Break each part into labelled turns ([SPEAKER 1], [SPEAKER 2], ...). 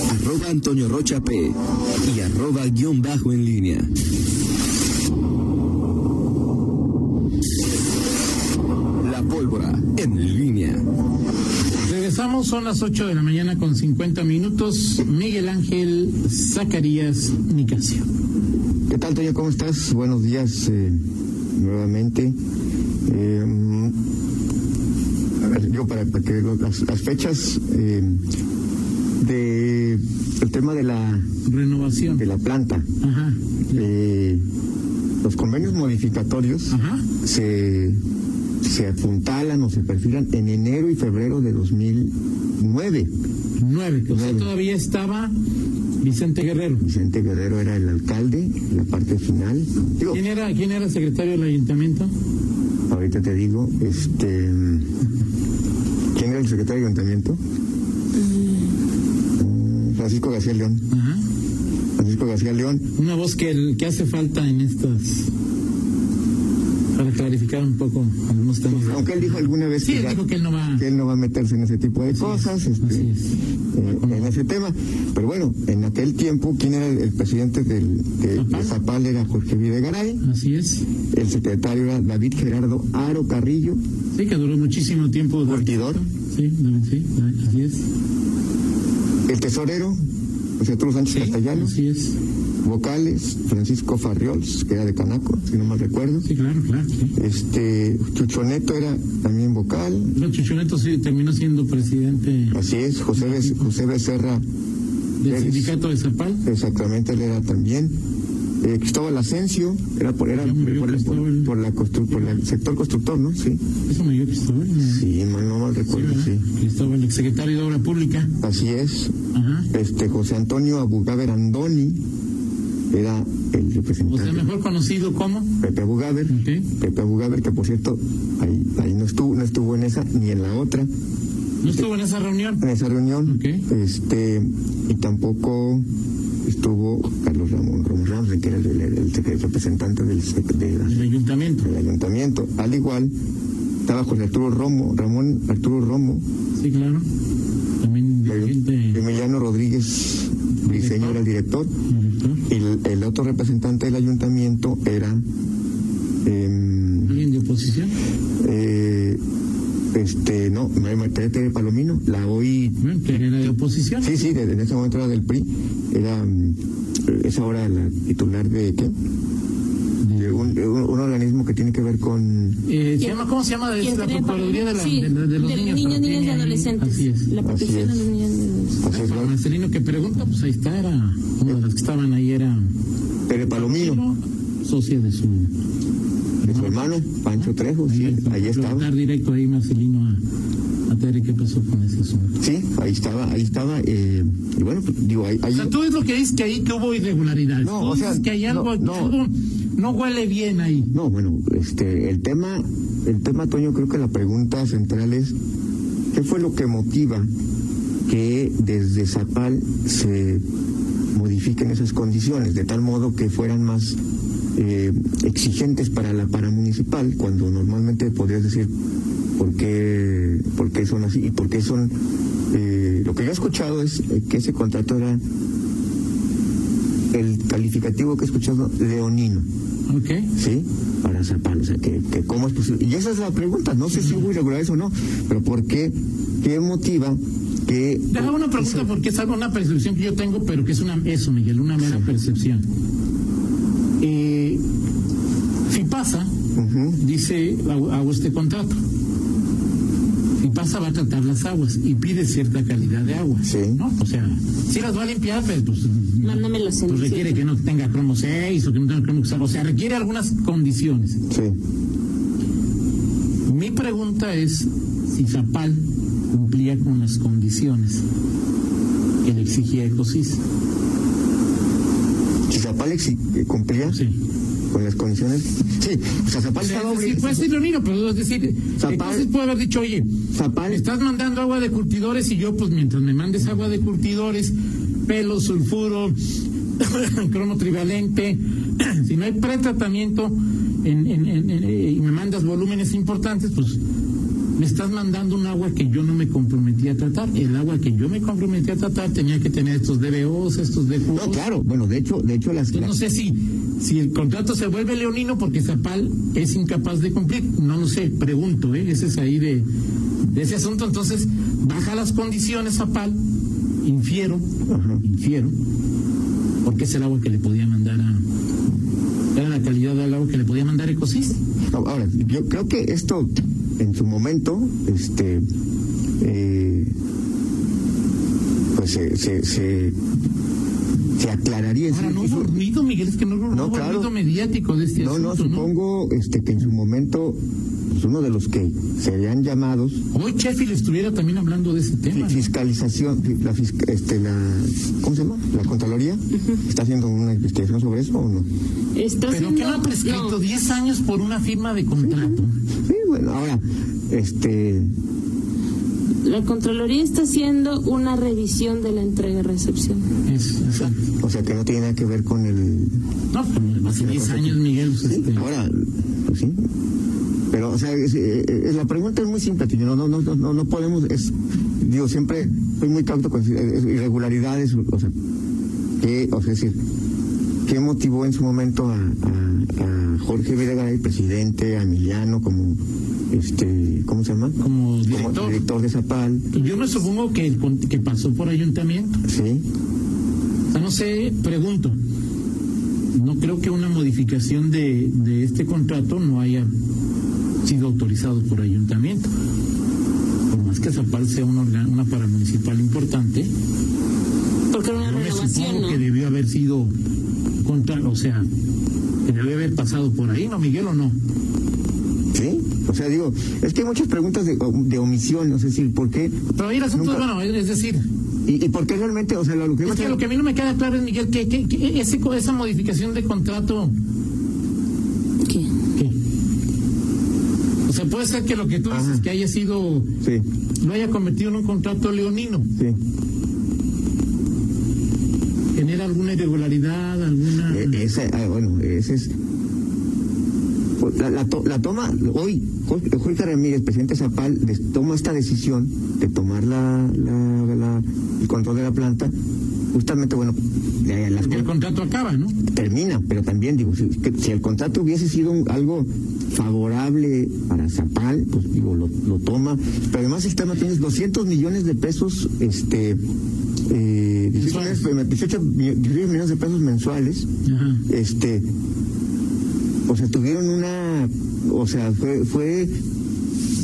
[SPEAKER 1] arroba Antonio Rocha P y arroba guión bajo en línea. La pólvora en línea.
[SPEAKER 2] Regresamos, son las 8 de la mañana con 50 minutos. Miguel Ángel Zacarías Nicasio.
[SPEAKER 3] ¿Qué tal, Toño? ¿Cómo estás? Buenos días eh, nuevamente. Eh, a ver, yo para, para que las, las fechas eh, de el tema de la
[SPEAKER 2] Renovación.
[SPEAKER 3] de la planta,
[SPEAKER 2] Ajá.
[SPEAKER 3] eh, los convenios modificatorios
[SPEAKER 2] Ajá.
[SPEAKER 3] se se apuntalan o se perfilan en enero y febrero de 2009.
[SPEAKER 2] 9. O sea,
[SPEAKER 3] Nueve.
[SPEAKER 2] todavía estaba Vicente Guerrero.
[SPEAKER 3] Vicente Guerrero era el alcalde, la parte final. Digo,
[SPEAKER 2] ¿Quién era, quién era secretario del ayuntamiento?
[SPEAKER 3] ahorita te digo, este ¿quién era el secretario de ayuntamiento? Mm, Francisco García León.
[SPEAKER 2] Ajá.
[SPEAKER 3] Francisco García León.
[SPEAKER 2] Una voz que, el- que hace falta en estas. Para clarificar un poco algunos temas.
[SPEAKER 3] Aunque él dijo alguna vez
[SPEAKER 2] Sí,
[SPEAKER 3] que,
[SPEAKER 2] él
[SPEAKER 3] ya-
[SPEAKER 2] dijo que él no va.
[SPEAKER 3] que él no va a meterse en ese tipo de cosas, este,
[SPEAKER 2] así es.
[SPEAKER 3] eh, en ese tema. Pero bueno, en aquel tiempo, ¿quién era el, el presidente del, de, de
[SPEAKER 2] Zapal.
[SPEAKER 3] Zapal? Era Jorge Videgaray.
[SPEAKER 2] Así es.
[SPEAKER 3] El secretario era David Gerardo Aro Carrillo.
[SPEAKER 2] Sí, que duró muchísimo tiempo.
[SPEAKER 3] Curtidor.
[SPEAKER 2] Sí, no, sí, no, así es.
[SPEAKER 3] El tesorero, José Arturo Sánchez
[SPEAKER 2] Sí,
[SPEAKER 3] Castellanos.
[SPEAKER 2] así es.
[SPEAKER 3] Vocales, Francisco Farriols, que era de Canaco, si no mal recuerdo.
[SPEAKER 2] Sí, claro, claro. sí.
[SPEAKER 3] Este, Chuchoneto era también vocal.
[SPEAKER 2] No, Chuchoneto sí terminó siendo presidente del
[SPEAKER 3] Así es, José, Be- José Becerra Pérez.
[SPEAKER 2] sindicato de Zapal.
[SPEAKER 3] Exactamente, él era también. Eh, Cristóbal Asensio, era por, era
[SPEAKER 2] Ya murió
[SPEAKER 3] por, la-
[SPEAKER 2] Cristóbal.
[SPEAKER 3] por, por la constru- por el sector constructor, ¿no? Sí,
[SPEAKER 2] Eso me dio Cristóbal. ¿no?
[SPEAKER 3] sí, mal- no mal
[SPEAKER 2] Sí,
[SPEAKER 3] recuerdo,
[SPEAKER 2] ¿verdad?
[SPEAKER 3] sí.
[SPEAKER 2] Cristóbal, exsecretario de Obra Pública.
[SPEAKER 3] Así es.
[SPEAKER 2] Ajá.
[SPEAKER 3] Este José Antonio Abugaber Andoni era el
[SPEAKER 2] O sea,
[SPEAKER 3] representante.
[SPEAKER 2] mejor conocido como.
[SPEAKER 3] Pepe Abugaber,
[SPEAKER 2] Ok.
[SPEAKER 3] Pepe Abugaber, que por cierto, ahí, ahí no estuvo, no estuvo en esa ni en la otra,
[SPEAKER 2] No estuvo en esa reunión.
[SPEAKER 3] en esa reunión.
[SPEAKER 2] Ok.
[SPEAKER 3] Este, y tampoco estuvo Carlos Ramón Ramos Ramsey, que era el, el- el representante del, sec- de la
[SPEAKER 2] El ayuntamiento.
[SPEAKER 3] el ayuntamiento. Al igual, estaba José Arturo Romo, Ramón Arturo Romo,
[SPEAKER 2] Sí, claro. También dirigente.
[SPEAKER 3] Emiliano Rodríguez Briseño era el director,
[SPEAKER 2] director.
[SPEAKER 3] y el, el otro representante del ayuntamiento era em,
[SPEAKER 2] Alguien de oposición.
[SPEAKER 3] eh, este, no, María Martínez Tere Palomino, la hoy
[SPEAKER 2] Bueno, que era de oposición.
[SPEAKER 3] sí, sí, desde en ese momento era del PRI, era mm, es ahora la titular de qué? De un, de un- un organismo que tiene que ver con
[SPEAKER 2] Eh, se llama, ¿Cómo se llama? Es la
[SPEAKER 4] tiene
[SPEAKER 2] Procuraduría de, la,
[SPEAKER 4] sí,
[SPEAKER 2] de, la- de los niños.
[SPEAKER 4] niños, niñas y
[SPEAKER 2] Tiene ahí-
[SPEAKER 4] adolescentes.
[SPEAKER 2] Así es.
[SPEAKER 4] La protección
[SPEAKER 3] Así
[SPEAKER 4] de
[SPEAKER 3] es.
[SPEAKER 4] los niños y adolescentes.
[SPEAKER 3] Así es,
[SPEAKER 2] Para
[SPEAKER 3] ¿no?
[SPEAKER 2] Pues, Marcelino que pregunta, pues ahí está, era uno de las que estaban ahí, era
[SPEAKER 3] Tere Palomino.
[SPEAKER 2] socia de su...
[SPEAKER 3] de su hermano, Pancho Trejo, Pues, sí, ahí estaba.
[SPEAKER 2] Preguntar directo ahí Marcelino a, a Tere qué pasó con ese asunto.
[SPEAKER 3] Sí, ahí estaba, ahí estaba. eh, y bueno, pues, digo, ahí.
[SPEAKER 2] O
[SPEAKER 3] ahí
[SPEAKER 2] sea, tú es lo que dices que ahí que hubo irregularidades.
[SPEAKER 3] No,
[SPEAKER 2] Tú
[SPEAKER 3] o sea,
[SPEAKER 2] dices que hay
[SPEAKER 3] no,
[SPEAKER 2] algo,
[SPEAKER 3] no.
[SPEAKER 2] algo no huele bien ahí.
[SPEAKER 3] no, bueno, este, el tema, el tema, Toño, creo que la pregunta central es: ¿qué fue lo que motiva que desde Zapal se modifiquen esas condiciones, de tal modo que fueran más eh, exigentes para la paramunicipal, cuando normalmente podrías decir por qué, por qué son así y por qué son... eh, lo que yo he escuchado es eh, que ese contrato era el calificativo que he escuchado, leonino.
[SPEAKER 2] ¿Ok?
[SPEAKER 3] ¿sí? Para Zapal, o sea, que, que cómo es posible. Y esa es la pregunta, no sé si hubo irregularidades o no, pero ¿por qué? ¿Qué motiva que...
[SPEAKER 2] Deja una pregunta porque es algo, una percepción que yo tengo, pero que es una, eso, Miguel, una mera percepción. Eh, si pasa,
[SPEAKER 3] Ujú,
[SPEAKER 2] dice, hago hago este contrato. Y pasa, va a tratar las aguas y pide cierta calidad de agua.
[SPEAKER 3] Sí.
[SPEAKER 2] ¿no? O sea, si las va a limpiar, pero pues,
[SPEAKER 4] Mándamelo,
[SPEAKER 2] pues
[SPEAKER 4] Cenicienta.
[SPEAKER 2] requiere que no tenga cromo 6 o que no tenga cromo 6. O sea, requiere algunas condiciones.
[SPEAKER 3] sí.
[SPEAKER 2] Mi pregunta es si Zapal cumplía con las condiciones que le exigía Ecosis.
[SPEAKER 3] Si Zapal exi- cumplía
[SPEAKER 2] Sí.
[SPEAKER 3] con las condiciones... Sí, o sea, Zapal
[SPEAKER 2] O sea, pues,
[SPEAKER 3] estaba
[SPEAKER 2] es decir,
[SPEAKER 3] obligado...
[SPEAKER 2] puede ser leonino, pero es decir,
[SPEAKER 3] Zapal-
[SPEAKER 2] Ecosis puede haber dicho, oye,
[SPEAKER 3] Zapal,
[SPEAKER 2] Estás mandando agua de curtidores y yo, pues mientras me mandes agua de curtidores, pelo, sulfuro, cromo trivalente, si no hay pretratamiento en- en- en- en- eh, y me mandas volúmenes importantes, pues me estás mandando un agua que yo no me comprometí a tratar. El agua que yo me comprometí a tratar tenía que tener estos DBOs, estos DQOs.
[SPEAKER 3] No, claro, bueno, de hecho, de hecho las...
[SPEAKER 2] Yo no
[SPEAKER 3] las-
[SPEAKER 2] sé si, si el contrato se vuelve leonino porque Zapal es incapaz de cumplir. No lo sé, pregunto, ¿eh? ese es ahí de, de ese asunto. Entonces, baja las condiciones Zapal, infiero,
[SPEAKER 3] Ajá.
[SPEAKER 2] infiero, porque es el agua que le podía mandar a. Era la calidad del agua que le podía mandar Ecosys.
[SPEAKER 3] Ahora, yo creo que esto en su momento, este, eh, pues se, se, se, se aclararía.
[SPEAKER 2] Ahora, no
[SPEAKER 3] Eso-
[SPEAKER 2] hubo ruido, Miguel, es que no hubo, no
[SPEAKER 3] No,
[SPEAKER 2] hubo
[SPEAKER 3] claro.
[SPEAKER 2] ruido mediático de este
[SPEAKER 3] no, no,
[SPEAKER 2] asunto.
[SPEAKER 3] supongo este, que en su momento pues, uno de los que serían llamados
[SPEAKER 2] Hoy Sheffield estuviera también hablando de ese
[SPEAKER 3] fi-
[SPEAKER 2] tema.
[SPEAKER 3] fiscalización, fi- la, fisca- este, la, ¿cómo se llama? La Contraloría, ¿está haciendo una investigación sobre eso o no?
[SPEAKER 4] Está
[SPEAKER 2] Pero que no ha
[SPEAKER 4] haciendo-
[SPEAKER 2] prescrito
[SPEAKER 4] no.
[SPEAKER 2] 10 años por una firma de contrato.
[SPEAKER 3] Sí, bueno, ahora, este,
[SPEAKER 4] La Contraloría está haciendo una revisión de la entrega-recepción.
[SPEAKER 2] Es, es-
[SPEAKER 3] o sea que no tiene nada que ver con el
[SPEAKER 2] no, pues, hace 10 años, Miguel. pues, este,
[SPEAKER 3] Ahora, pues sí. Pero, o sea, es- eh, eh, la pregunta es muy simple, Tiño. No, no, no, no, no, no podemos. Es, digo, siempre soy muy cauto con decir, eh, es irregularidades. O sea, que, o sea, es decir, ¿qué motivó en su momento a, a- a Jorge Videgaray, presidente, a Emiliano, como, este, ¿cómo se llama?
[SPEAKER 2] como
[SPEAKER 3] Como
[SPEAKER 2] director.
[SPEAKER 3] director de Zapal,
[SPEAKER 2] Yo me supongo que, el con- que pasó por ayuntamiento.
[SPEAKER 3] ¿sí?
[SPEAKER 2] O sea, no sé, pregunto. No creo que una modificación de, de este contrato no haya sido autorizado por ayuntamiento. Por más que Zapal sea un organ- una paramunicipal importante,
[SPEAKER 4] Porque era una
[SPEAKER 2] yo me
[SPEAKER 4] renovación,
[SPEAKER 2] supongo
[SPEAKER 4] ¿no?
[SPEAKER 2] que debió haber sido contra, o sea, que debió haber pasado por ahí, ¿no, Miguel, o no?
[SPEAKER 3] ¿Sí? O sea, digo, es que hay muchas preguntas de, de omisión, no sé si, ¿por qué?
[SPEAKER 2] Pero ahí el asunto
[SPEAKER 3] Nunca-
[SPEAKER 2] es bueno, es es decir,
[SPEAKER 3] ¿Y, y por qué realmente? O sea, lo, lo que
[SPEAKER 2] es que lo que a mí no me queda claro es, Miguel, que, que- que ese co- esa modificación de contrato,
[SPEAKER 4] ¿Qué?
[SPEAKER 2] ¿qué? O sea, puede ser que lo que tú dices
[SPEAKER 3] Ajá.
[SPEAKER 2] que haya sido,
[SPEAKER 3] Sí,
[SPEAKER 2] lo haya convertido en un contrato leonino.
[SPEAKER 3] sí.
[SPEAKER 2] ¿Genera alguna irregularidad, alguna...?
[SPEAKER 3] Eh, esa, ah, bueno, ese es. pues, La, la to- la toma, hoy, Jorge Jorge Ramírez, presidente Zapal, des- toma esta decisión de tomar la, la- la- el control de la planta, justamente, bueno, eh, las
[SPEAKER 2] Porque el
[SPEAKER 3] con-
[SPEAKER 2] contrato acaba, ¿no?
[SPEAKER 3] termina, pero también, digo, si, que- si el contrato hubiese sido un- algo favorable para Zapal, pues digo, lo, lo toma, pero además el tema tienes 200 millones de pesos, este, eh, 18
[SPEAKER 2] Mensuales.
[SPEAKER 3] millones- 18 mi- 18 millones de pesos mensuales
[SPEAKER 2] Ajá.
[SPEAKER 3] este o sea tuvieron una o sea fue fue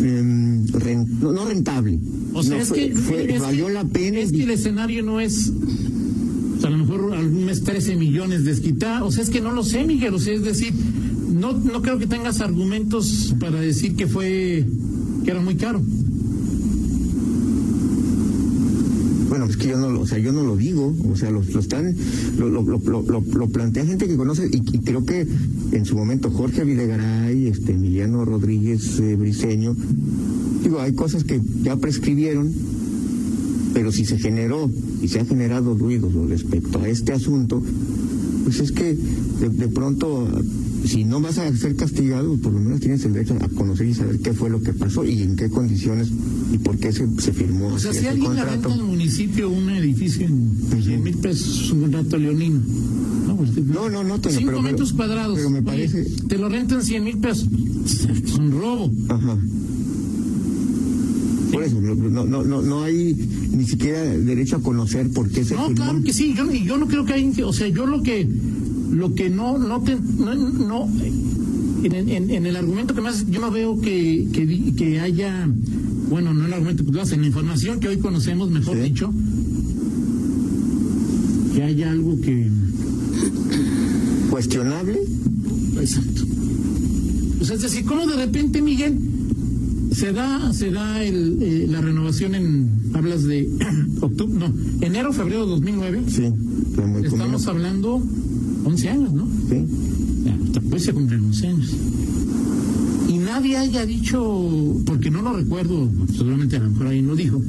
[SPEAKER 3] em, ren- no, no rentable
[SPEAKER 2] O sea,
[SPEAKER 3] No,
[SPEAKER 2] es
[SPEAKER 3] fue-
[SPEAKER 2] que...
[SPEAKER 3] fue-
[SPEAKER 2] es que-
[SPEAKER 3] valió la pena
[SPEAKER 2] Es que el escenario no es... o sea, a lo mejor algún mes 13 millones desquitados. O sea, es que no lo sé, Miguel. O sea, es decir, no, no creo que tengas argumentos para decir que fue... que era muy caro.
[SPEAKER 3] bueno es que yo no lo- o sea yo no lo digo o sea lo, lo están lo, lo, lo, lo- lo- lo plantea gente que conoce y, y creo que en su momento Jorge Videgaray este Emiliano Rodríguez eh, Briceño digo hay cosas que ya prescribieron pero si se generó y se ha generado ruido respecto a este asunto, pues es que de, de pronto, si no vas a ser castigado, por lo menos tienes el derecho a conocer y saber qué fue lo que pasó y en qué condiciones y por qué se, se firmó
[SPEAKER 2] O sea,
[SPEAKER 3] ese
[SPEAKER 2] si alguien le
[SPEAKER 3] contrato.
[SPEAKER 2] venta al municipio un edificio en 100 mil pesos, es un contrato leonino. No, pues,
[SPEAKER 3] No, no, no, Toño,
[SPEAKER 2] cinco
[SPEAKER 3] pero- pero-
[SPEAKER 2] metros cuadrados.
[SPEAKER 3] pero me
[SPEAKER 2] Oye,
[SPEAKER 3] parece-
[SPEAKER 2] te lo rentan 100 mil pesos. Es un robo.
[SPEAKER 3] Ajá. Por eso, no, no, no- no, no hay ni siquiera derecho a conocer por qué se
[SPEAKER 2] No,
[SPEAKER 3] firmó.
[SPEAKER 2] claro que sí, yo, y yo no creo que hay, o sea, yo lo que lo que no no te- no, no, en, en- en el argumento que más yo no veo que, que di- que haya bueno, no el argumento que tú das, en la información que hoy conocemos, mejor
[SPEAKER 3] Sí.
[SPEAKER 2] dicho, que haya algo que
[SPEAKER 3] Cuestionable.
[SPEAKER 2] Exacto. O sea, es decir, ¿cómo de repente, Miguel, se da, se da el, eh, la renovación en, hablas de octubre, no, enero, febrero de 2009?
[SPEAKER 3] Sí, la muy común.
[SPEAKER 2] Estamos hablando 11 años, ¿no?
[SPEAKER 3] Sí.
[SPEAKER 2] Ya, Después se cumplen 11 años. Y nadie haya dicho, porque no lo recuerdo, seguramente a lo mejor alguien lo dijo,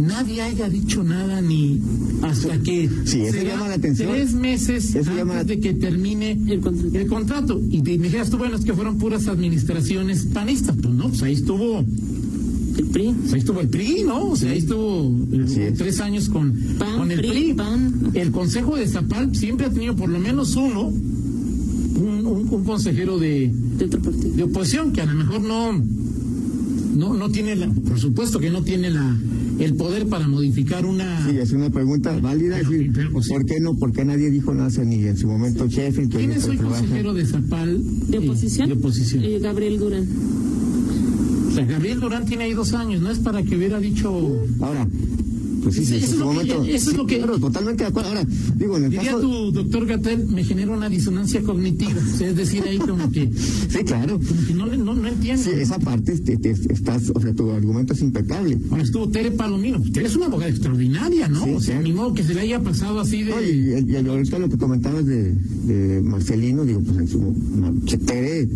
[SPEAKER 2] nadie haya dicho nada ni hasta que
[SPEAKER 3] Sí, eso
[SPEAKER 2] se
[SPEAKER 3] llama
[SPEAKER 2] da
[SPEAKER 3] la atención.
[SPEAKER 2] tres meses
[SPEAKER 3] Eso
[SPEAKER 2] antes
[SPEAKER 3] llama la-
[SPEAKER 2] de que termine
[SPEAKER 4] El contrato.
[SPEAKER 2] el contrato. Y te dijeras tú, bueno, es que fueron puras administraciones panistas. Pues no, pues ahí estuvo
[SPEAKER 4] el PRI.
[SPEAKER 2] Ahí estuvo el PRI, ¿no? O sea, ahí estuvo eh,
[SPEAKER 3] Así es.
[SPEAKER 2] tres años con,
[SPEAKER 4] Pan,
[SPEAKER 2] con el
[SPEAKER 4] PRI,
[SPEAKER 2] PRI.
[SPEAKER 4] pan.
[SPEAKER 2] El Consejo de Zapal siempre ha tenido por lo menos uno, un, un- un consejero de,
[SPEAKER 4] de otro partido.
[SPEAKER 2] de oposición que a lo mejor no, no, no tiene, la, por supuesto que no tiene la, el poder para modificar una...
[SPEAKER 3] Sí, es una pregunta válida. es decir,
[SPEAKER 2] Pero, pero, sí.
[SPEAKER 3] ¿Por qué no? ¿Por qué nadie dijo nada? Ni en su momento Sheffield, que
[SPEAKER 2] ¿Quién
[SPEAKER 3] ahorita
[SPEAKER 2] es hoy
[SPEAKER 3] trabaja.
[SPEAKER 2] consejero de Zapal?
[SPEAKER 4] ¿De
[SPEAKER 2] eh,
[SPEAKER 4] oposición?
[SPEAKER 2] de oposición.
[SPEAKER 4] Eh, Gabriel Durán.
[SPEAKER 2] O sea, Gabriel Durán tiene ahí dos años, no es para que hubiera dicho...
[SPEAKER 3] Ahora, pues
[SPEAKER 2] Eso-
[SPEAKER 3] sí, en
[SPEAKER 2] eso
[SPEAKER 3] su
[SPEAKER 2] es lo que-
[SPEAKER 3] momento.
[SPEAKER 2] eso es
[SPEAKER 3] sí,
[SPEAKER 2] lo que-
[SPEAKER 3] claro, totalmente de acuerdo. Ahora, digo, en el
[SPEAKER 2] Diría
[SPEAKER 3] caso.
[SPEAKER 2] tu doctor Gatel, me genera una disonancia cognitiva. O sea, es decir, ahí como que,
[SPEAKER 3] Sí, claro.
[SPEAKER 2] como que no, le- no, no entiendo.
[SPEAKER 3] Sí, esa parte este, te- estás, o sea, tu argumento es impecable.
[SPEAKER 2] Ahora estuvo Tere Palomino. pues Tere es una abogada extraordinaria, ¿no?
[SPEAKER 3] Sí,
[SPEAKER 2] o sea,
[SPEAKER 3] claro.
[SPEAKER 2] ni modo que se le haya pasado así de.
[SPEAKER 3] No, y, y- y ahorita lo que comentabas de, de Marcelino, digo, pues en su no, se Tere,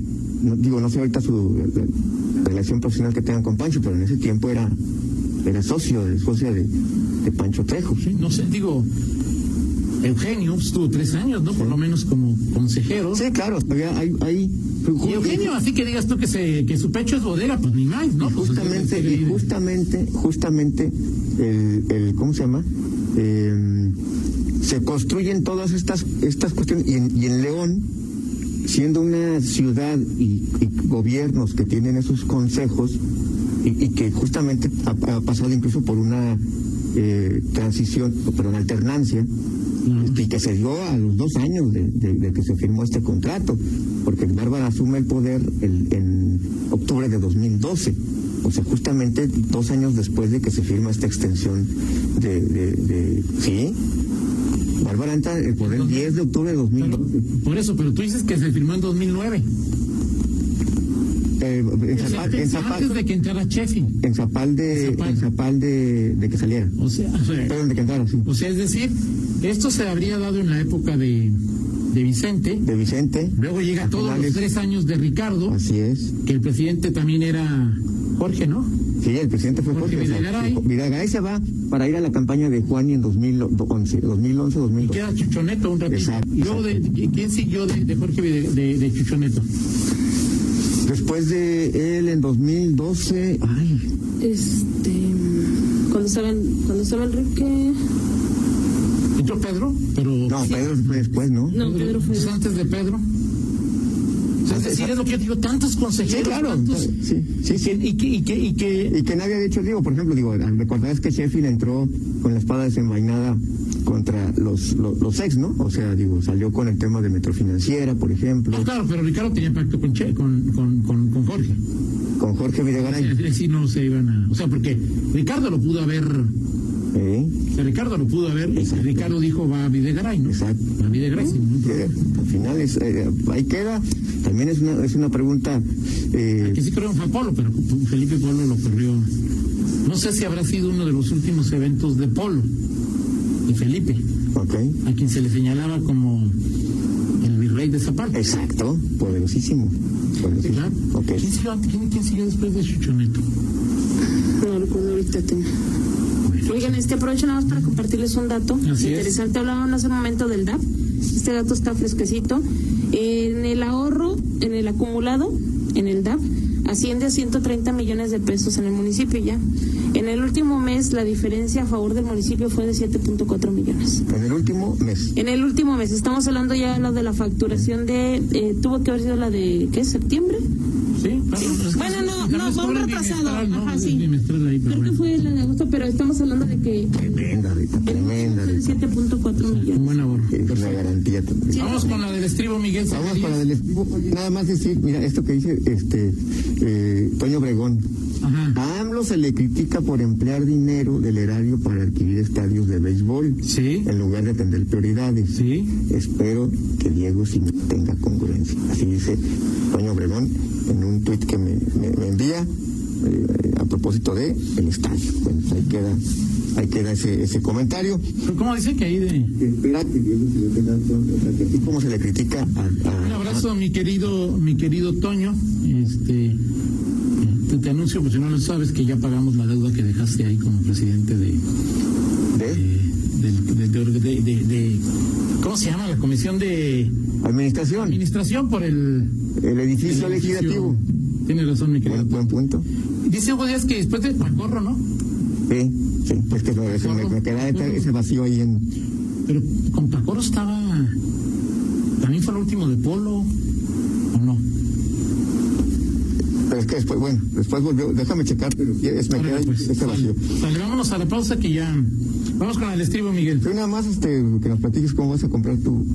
[SPEAKER 3] no, digo, no sé ahorita su la- la relación profesional que tengan con Pancho, pero en ese tiempo era era socio, de- socia de, de Pancho Trejo.
[SPEAKER 2] Sí, No sé, digo. Eugenio pues, estuvo tres años, ¿no? Por lo menos como consejero.
[SPEAKER 3] Sí, claro, todavía hay, hay
[SPEAKER 2] Y Eugenio, así que digas tú que, se, que su pecho es bodega, pues ni más, ¿no? Pues,
[SPEAKER 3] justamente,
[SPEAKER 2] es decir,
[SPEAKER 3] y
[SPEAKER 2] eh,
[SPEAKER 3] justamente, justamente, el, el- ¿cómo se llama? Eh, se construyen todas estas, estas cuestiones, y en, y en León, siendo una ciudad y, y gobiernos que tienen esos consejos, y, y que justamente ha, ha pasado incluso por una eh, transición, por una alternancia, y que se dio a los dos años de, de- de que se firmó este contrato, porque Bárbara asume el poder el- en octubre de 2012, o sea, justamente dos años después de que se firma esta extensión de... de- de- sí, Bárbara entra el poder el 10 de octubre de
[SPEAKER 2] pero-
[SPEAKER 3] 2012.
[SPEAKER 2] por eso, pero tú dices que se firmó en 2009.
[SPEAKER 3] Eh, en
[SPEAKER 2] O sea,
[SPEAKER 3] Zapal, en
[SPEAKER 2] antes
[SPEAKER 3] Zapal,
[SPEAKER 2] de que entrara Sheffield.
[SPEAKER 3] en Zapal de,
[SPEAKER 2] Zapal.
[SPEAKER 3] en Zapal de, de que saliera.
[SPEAKER 2] O sea, o sea,
[SPEAKER 3] Perdón, de que entrara,
[SPEAKER 2] O
[SPEAKER 3] sí.
[SPEAKER 2] sea, Pues, es decir, esto se habría dado en la época de, de Vicente.
[SPEAKER 3] De Vicente.
[SPEAKER 2] Luego llega todos los
[SPEAKER 3] Finales.
[SPEAKER 2] tres años de Ricardo,
[SPEAKER 3] Así es.
[SPEAKER 2] que el presidente también era Jorge, ¿no?
[SPEAKER 3] Sí, el presidente fue
[SPEAKER 2] Jorge
[SPEAKER 3] Jorge. o sea,
[SPEAKER 2] Videgaray.
[SPEAKER 3] Videgaray se va para ir a la campaña de Juan y en 2011, 2011,
[SPEAKER 2] Y
[SPEAKER 3] 2012.
[SPEAKER 2] queda Chuchoneto un ratito.
[SPEAKER 3] Exacto,
[SPEAKER 2] Y luego, de,
[SPEAKER 3] exacto.
[SPEAKER 2] ¿quién siguió de, de Jorge Vide- de, de Chuchoneto?
[SPEAKER 3] Después de él en 2012, ay,
[SPEAKER 4] Este. Cuando estaba, en- cuando estaba Enrique.
[SPEAKER 2] Entró Pedro, pero.
[SPEAKER 3] no, Pedro fue después, ¿no?
[SPEAKER 4] No, Pedro fue.
[SPEAKER 2] Es antes de Pedro. O sea, es decir, es lo que yo digo, tantos consejeros.
[SPEAKER 3] Sí, claro,
[SPEAKER 2] tantos-
[SPEAKER 3] sí, sí, sí.
[SPEAKER 2] Y que, y que, y que-
[SPEAKER 3] Y que nadie había hecho, digo, por ejemplo, digo, recordarás que Sheffield entró con la espada desenvainada contra los, los, los ex, ¿no? O sea, digo, salió con el tema de Metrofinanciera, por ejemplo,
[SPEAKER 2] Ah, claro, pero Ricardo tenía pacto con, Che- con, con, con, con Jorge.
[SPEAKER 3] con Jorge Videgaray.
[SPEAKER 2] Sí, sí, no se iban a. O sea, porque Ricardo lo pudo haber.
[SPEAKER 3] ¿eh?
[SPEAKER 2] o sea, Ricardo lo pudo haber. y
[SPEAKER 3] Exacto.
[SPEAKER 2] Ricardo dijo va a Videgaray, ¿no?
[SPEAKER 3] Exacto.
[SPEAKER 2] Va a Videgaray, sin ningún
[SPEAKER 3] Que,
[SPEAKER 2] problema.
[SPEAKER 3] al final es, eh, ahí queda. También es una, es una pregunta. eh,
[SPEAKER 2] Que sí creo fue Polo, pero Felipe Polo lo corrió. No sé si habrá sido uno de los últimos eventos de Polo y Felipe,
[SPEAKER 3] ok.
[SPEAKER 2] a quien se le señalaba como el virrey de Zapata.
[SPEAKER 3] Exacto. Poderosísimo.
[SPEAKER 2] Sí,
[SPEAKER 3] poderosísimo.
[SPEAKER 2] claro.
[SPEAKER 3] Ok.
[SPEAKER 2] ¿Quién, siguió, antes- quién- quién siguió después de Chuchoneto?
[SPEAKER 4] No recuerdo ahorita tengo.
[SPEAKER 2] Bueno.
[SPEAKER 4] Oigan, este aprovecho nada más para compartirles un dato
[SPEAKER 2] Así es.
[SPEAKER 4] interesante. Hablaban hace un momento del DAP. Este dato está fresquecito. En el ahorro, en el acumulado, en el DAP, asciende a 130 millones de pesos en el municipio ya. En el último mes, la diferencia a favor del municipio fue de 7.4 millones.
[SPEAKER 3] En el último mes.
[SPEAKER 4] En el último mes, estamos hablando ya de lo de la facturación de. eh, tuvo que haber sido la de. ¿Qué? ¿Septiembre?
[SPEAKER 2] Sí, claro, pues es que
[SPEAKER 5] Bueno,
[SPEAKER 2] sí,
[SPEAKER 5] no,
[SPEAKER 2] tal
[SPEAKER 5] no,
[SPEAKER 2] vez
[SPEAKER 5] fue un
[SPEAKER 2] cobran
[SPEAKER 5] retrasado.
[SPEAKER 2] bimestral, ¿no?
[SPEAKER 5] Ajá,
[SPEAKER 2] Es
[SPEAKER 5] sí.
[SPEAKER 2] bimestral ahí, pero
[SPEAKER 4] Creo que
[SPEAKER 2] bueno.
[SPEAKER 4] fue la de agosto, pero estamos hablando de que.
[SPEAKER 3] Tremenda, Rita. Tremenda,
[SPEAKER 4] de
[SPEAKER 3] Rita.
[SPEAKER 4] 7.4
[SPEAKER 2] Un
[SPEAKER 4] millones.
[SPEAKER 2] buen ahorro.
[SPEAKER 3] Es una garantía.
[SPEAKER 4] Sí.
[SPEAKER 2] Vamos con la del estribo, Miguel.
[SPEAKER 3] Vamos
[SPEAKER 2] Zacarías.
[SPEAKER 3] para el estribo. Oye, Nada más decir, mira, esto que dice este eh, Toño Obregón.
[SPEAKER 2] Ajá.
[SPEAKER 3] A AMLO se le critica por emplear dinero del erario para adquirir estadios de béisbol.
[SPEAKER 2] Sí,
[SPEAKER 3] en lugar de atender prioridades.
[SPEAKER 2] sí.
[SPEAKER 3] Espero que Diego sí tenga congruencia. Así dice Toño Obregón en un tuit que me, me- me envía eh, a propósito de el estadio. Bueno, ahí queda, ahí queda ese, ese comentario.
[SPEAKER 2] Pero ¿Cómo dice que ahí de.?
[SPEAKER 3] Espera que Diego sí le tenga congruencia. Así como se le critica a... a-
[SPEAKER 2] Un abrazo a mi querido, mi querido Toño. Este, eh, te, te anuncio, pues si no lo sabes, que ya pagamos la deuda que dejaste ahí como presidente de,
[SPEAKER 3] de
[SPEAKER 2] de- del- del- de- de- de- ¿cómo se llama? La comisión de
[SPEAKER 3] administración,
[SPEAKER 2] administración por el
[SPEAKER 3] el edificio
[SPEAKER 2] el edificio.
[SPEAKER 3] legislativo.
[SPEAKER 2] Tiene razón, mi querido.
[SPEAKER 3] Buen, buen punto.
[SPEAKER 2] Dice Hugo Díaz que después de Pancorro, ¿no?
[SPEAKER 3] Sí, sí, es que lo- se me, me quedaba ese- ese vacío ahí en...
[SPEAKER 2] Pero con Pacorro estaba. También fue el último de Polo, ¿o no?
[SPEAKER 3] Pero es que después, bueno, después volvió, déjame checar, pero sí, es, me queda
[SPEAKER 2] Órale,
[SPEAKER 3] ahí
[SPEAKER 2] pues,
[SPEAKER 3] ese vacío.
[SPEAKER 2] sale. Sale, vámonos a la pausa que ya. Vamos con el estribo, Miguel.
[SPEAKER 3] Pero nada más este, que nos platiques cómo vas a comprar tu,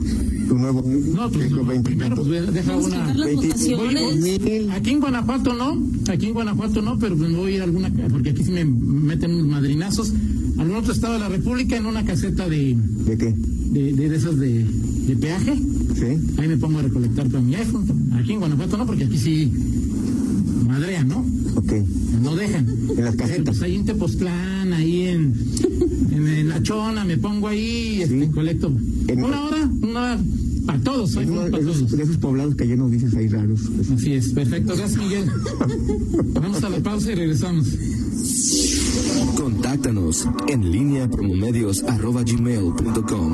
[SPEAKER 3] tu nuevo
[SPEAKER 2] No, pues
[SPEAKER 3] disco,
[SPEAKER 2] no,
[SPEAKER 3] 20
[SPEAKER 2] primero
[SPEAKER 3] minutos.
[SPEAKER 2] pues, ve- deja
[SPEAKER 4] Vamos a
[SPEAKER 2] una.
[SPEAKER 4] quitar las
[SPEAKER 3] Veinti-
[SPEAKER 4] votaciones.
[SPEAKER 3] Mil.
[SPEAKER 2] Aquí en Guanajuato no, aquí en Guanajuato no, pero pues me voy a ir a alguna, ca- porque aquí sí me meten unos madrinazos, algún otro estado de la República en una caseta de,
[SPEAKER 3] ¿De qué?
[SPEAKER 2] de, de- de esas de, de peaje,
[SPEAKER 3] ¿Sí?
[SPEAKER 2] ahí me pongo a recolectar para mi iPhone, aquí en Guanajuato no, porque aquí sí madrean, ¿no?
[SPEAKER 3] Ok.
[SPEAKER 2] No dejan.
[SPEAKER 3] En las
[SPEAKER 2] Pero,
[SPEAKER 3] casetas.
[SPEAKER 2] Pues ahí en Tepoztlán, ahí en, en, en La Chona, me pongo ahí, este,
[SPEAKER 3] Sí.
[SPEAKER 2] colecto.
[SPEAKER 3] En-
[SPEAKER 2] Una hora, una hora, para todos, soy
[SPEAKER 3] Es
[SPEAKER 2] muy
[SPEAKER 3] uno
[SPEAKER 2] Pues, para
[SPEAKER 3] de
[SPEAKER 2] todos.
[SPEAKER 3] esos, de esos poblados que ya no dices ahí raros. pues.
[SPEAKER 2] Así es, perfecto. Gracias, Miguel. Vamos a la pausa y regresamos.
[SPEAKER 1] Contáctanos en línea promomedios arroba gmail punto com.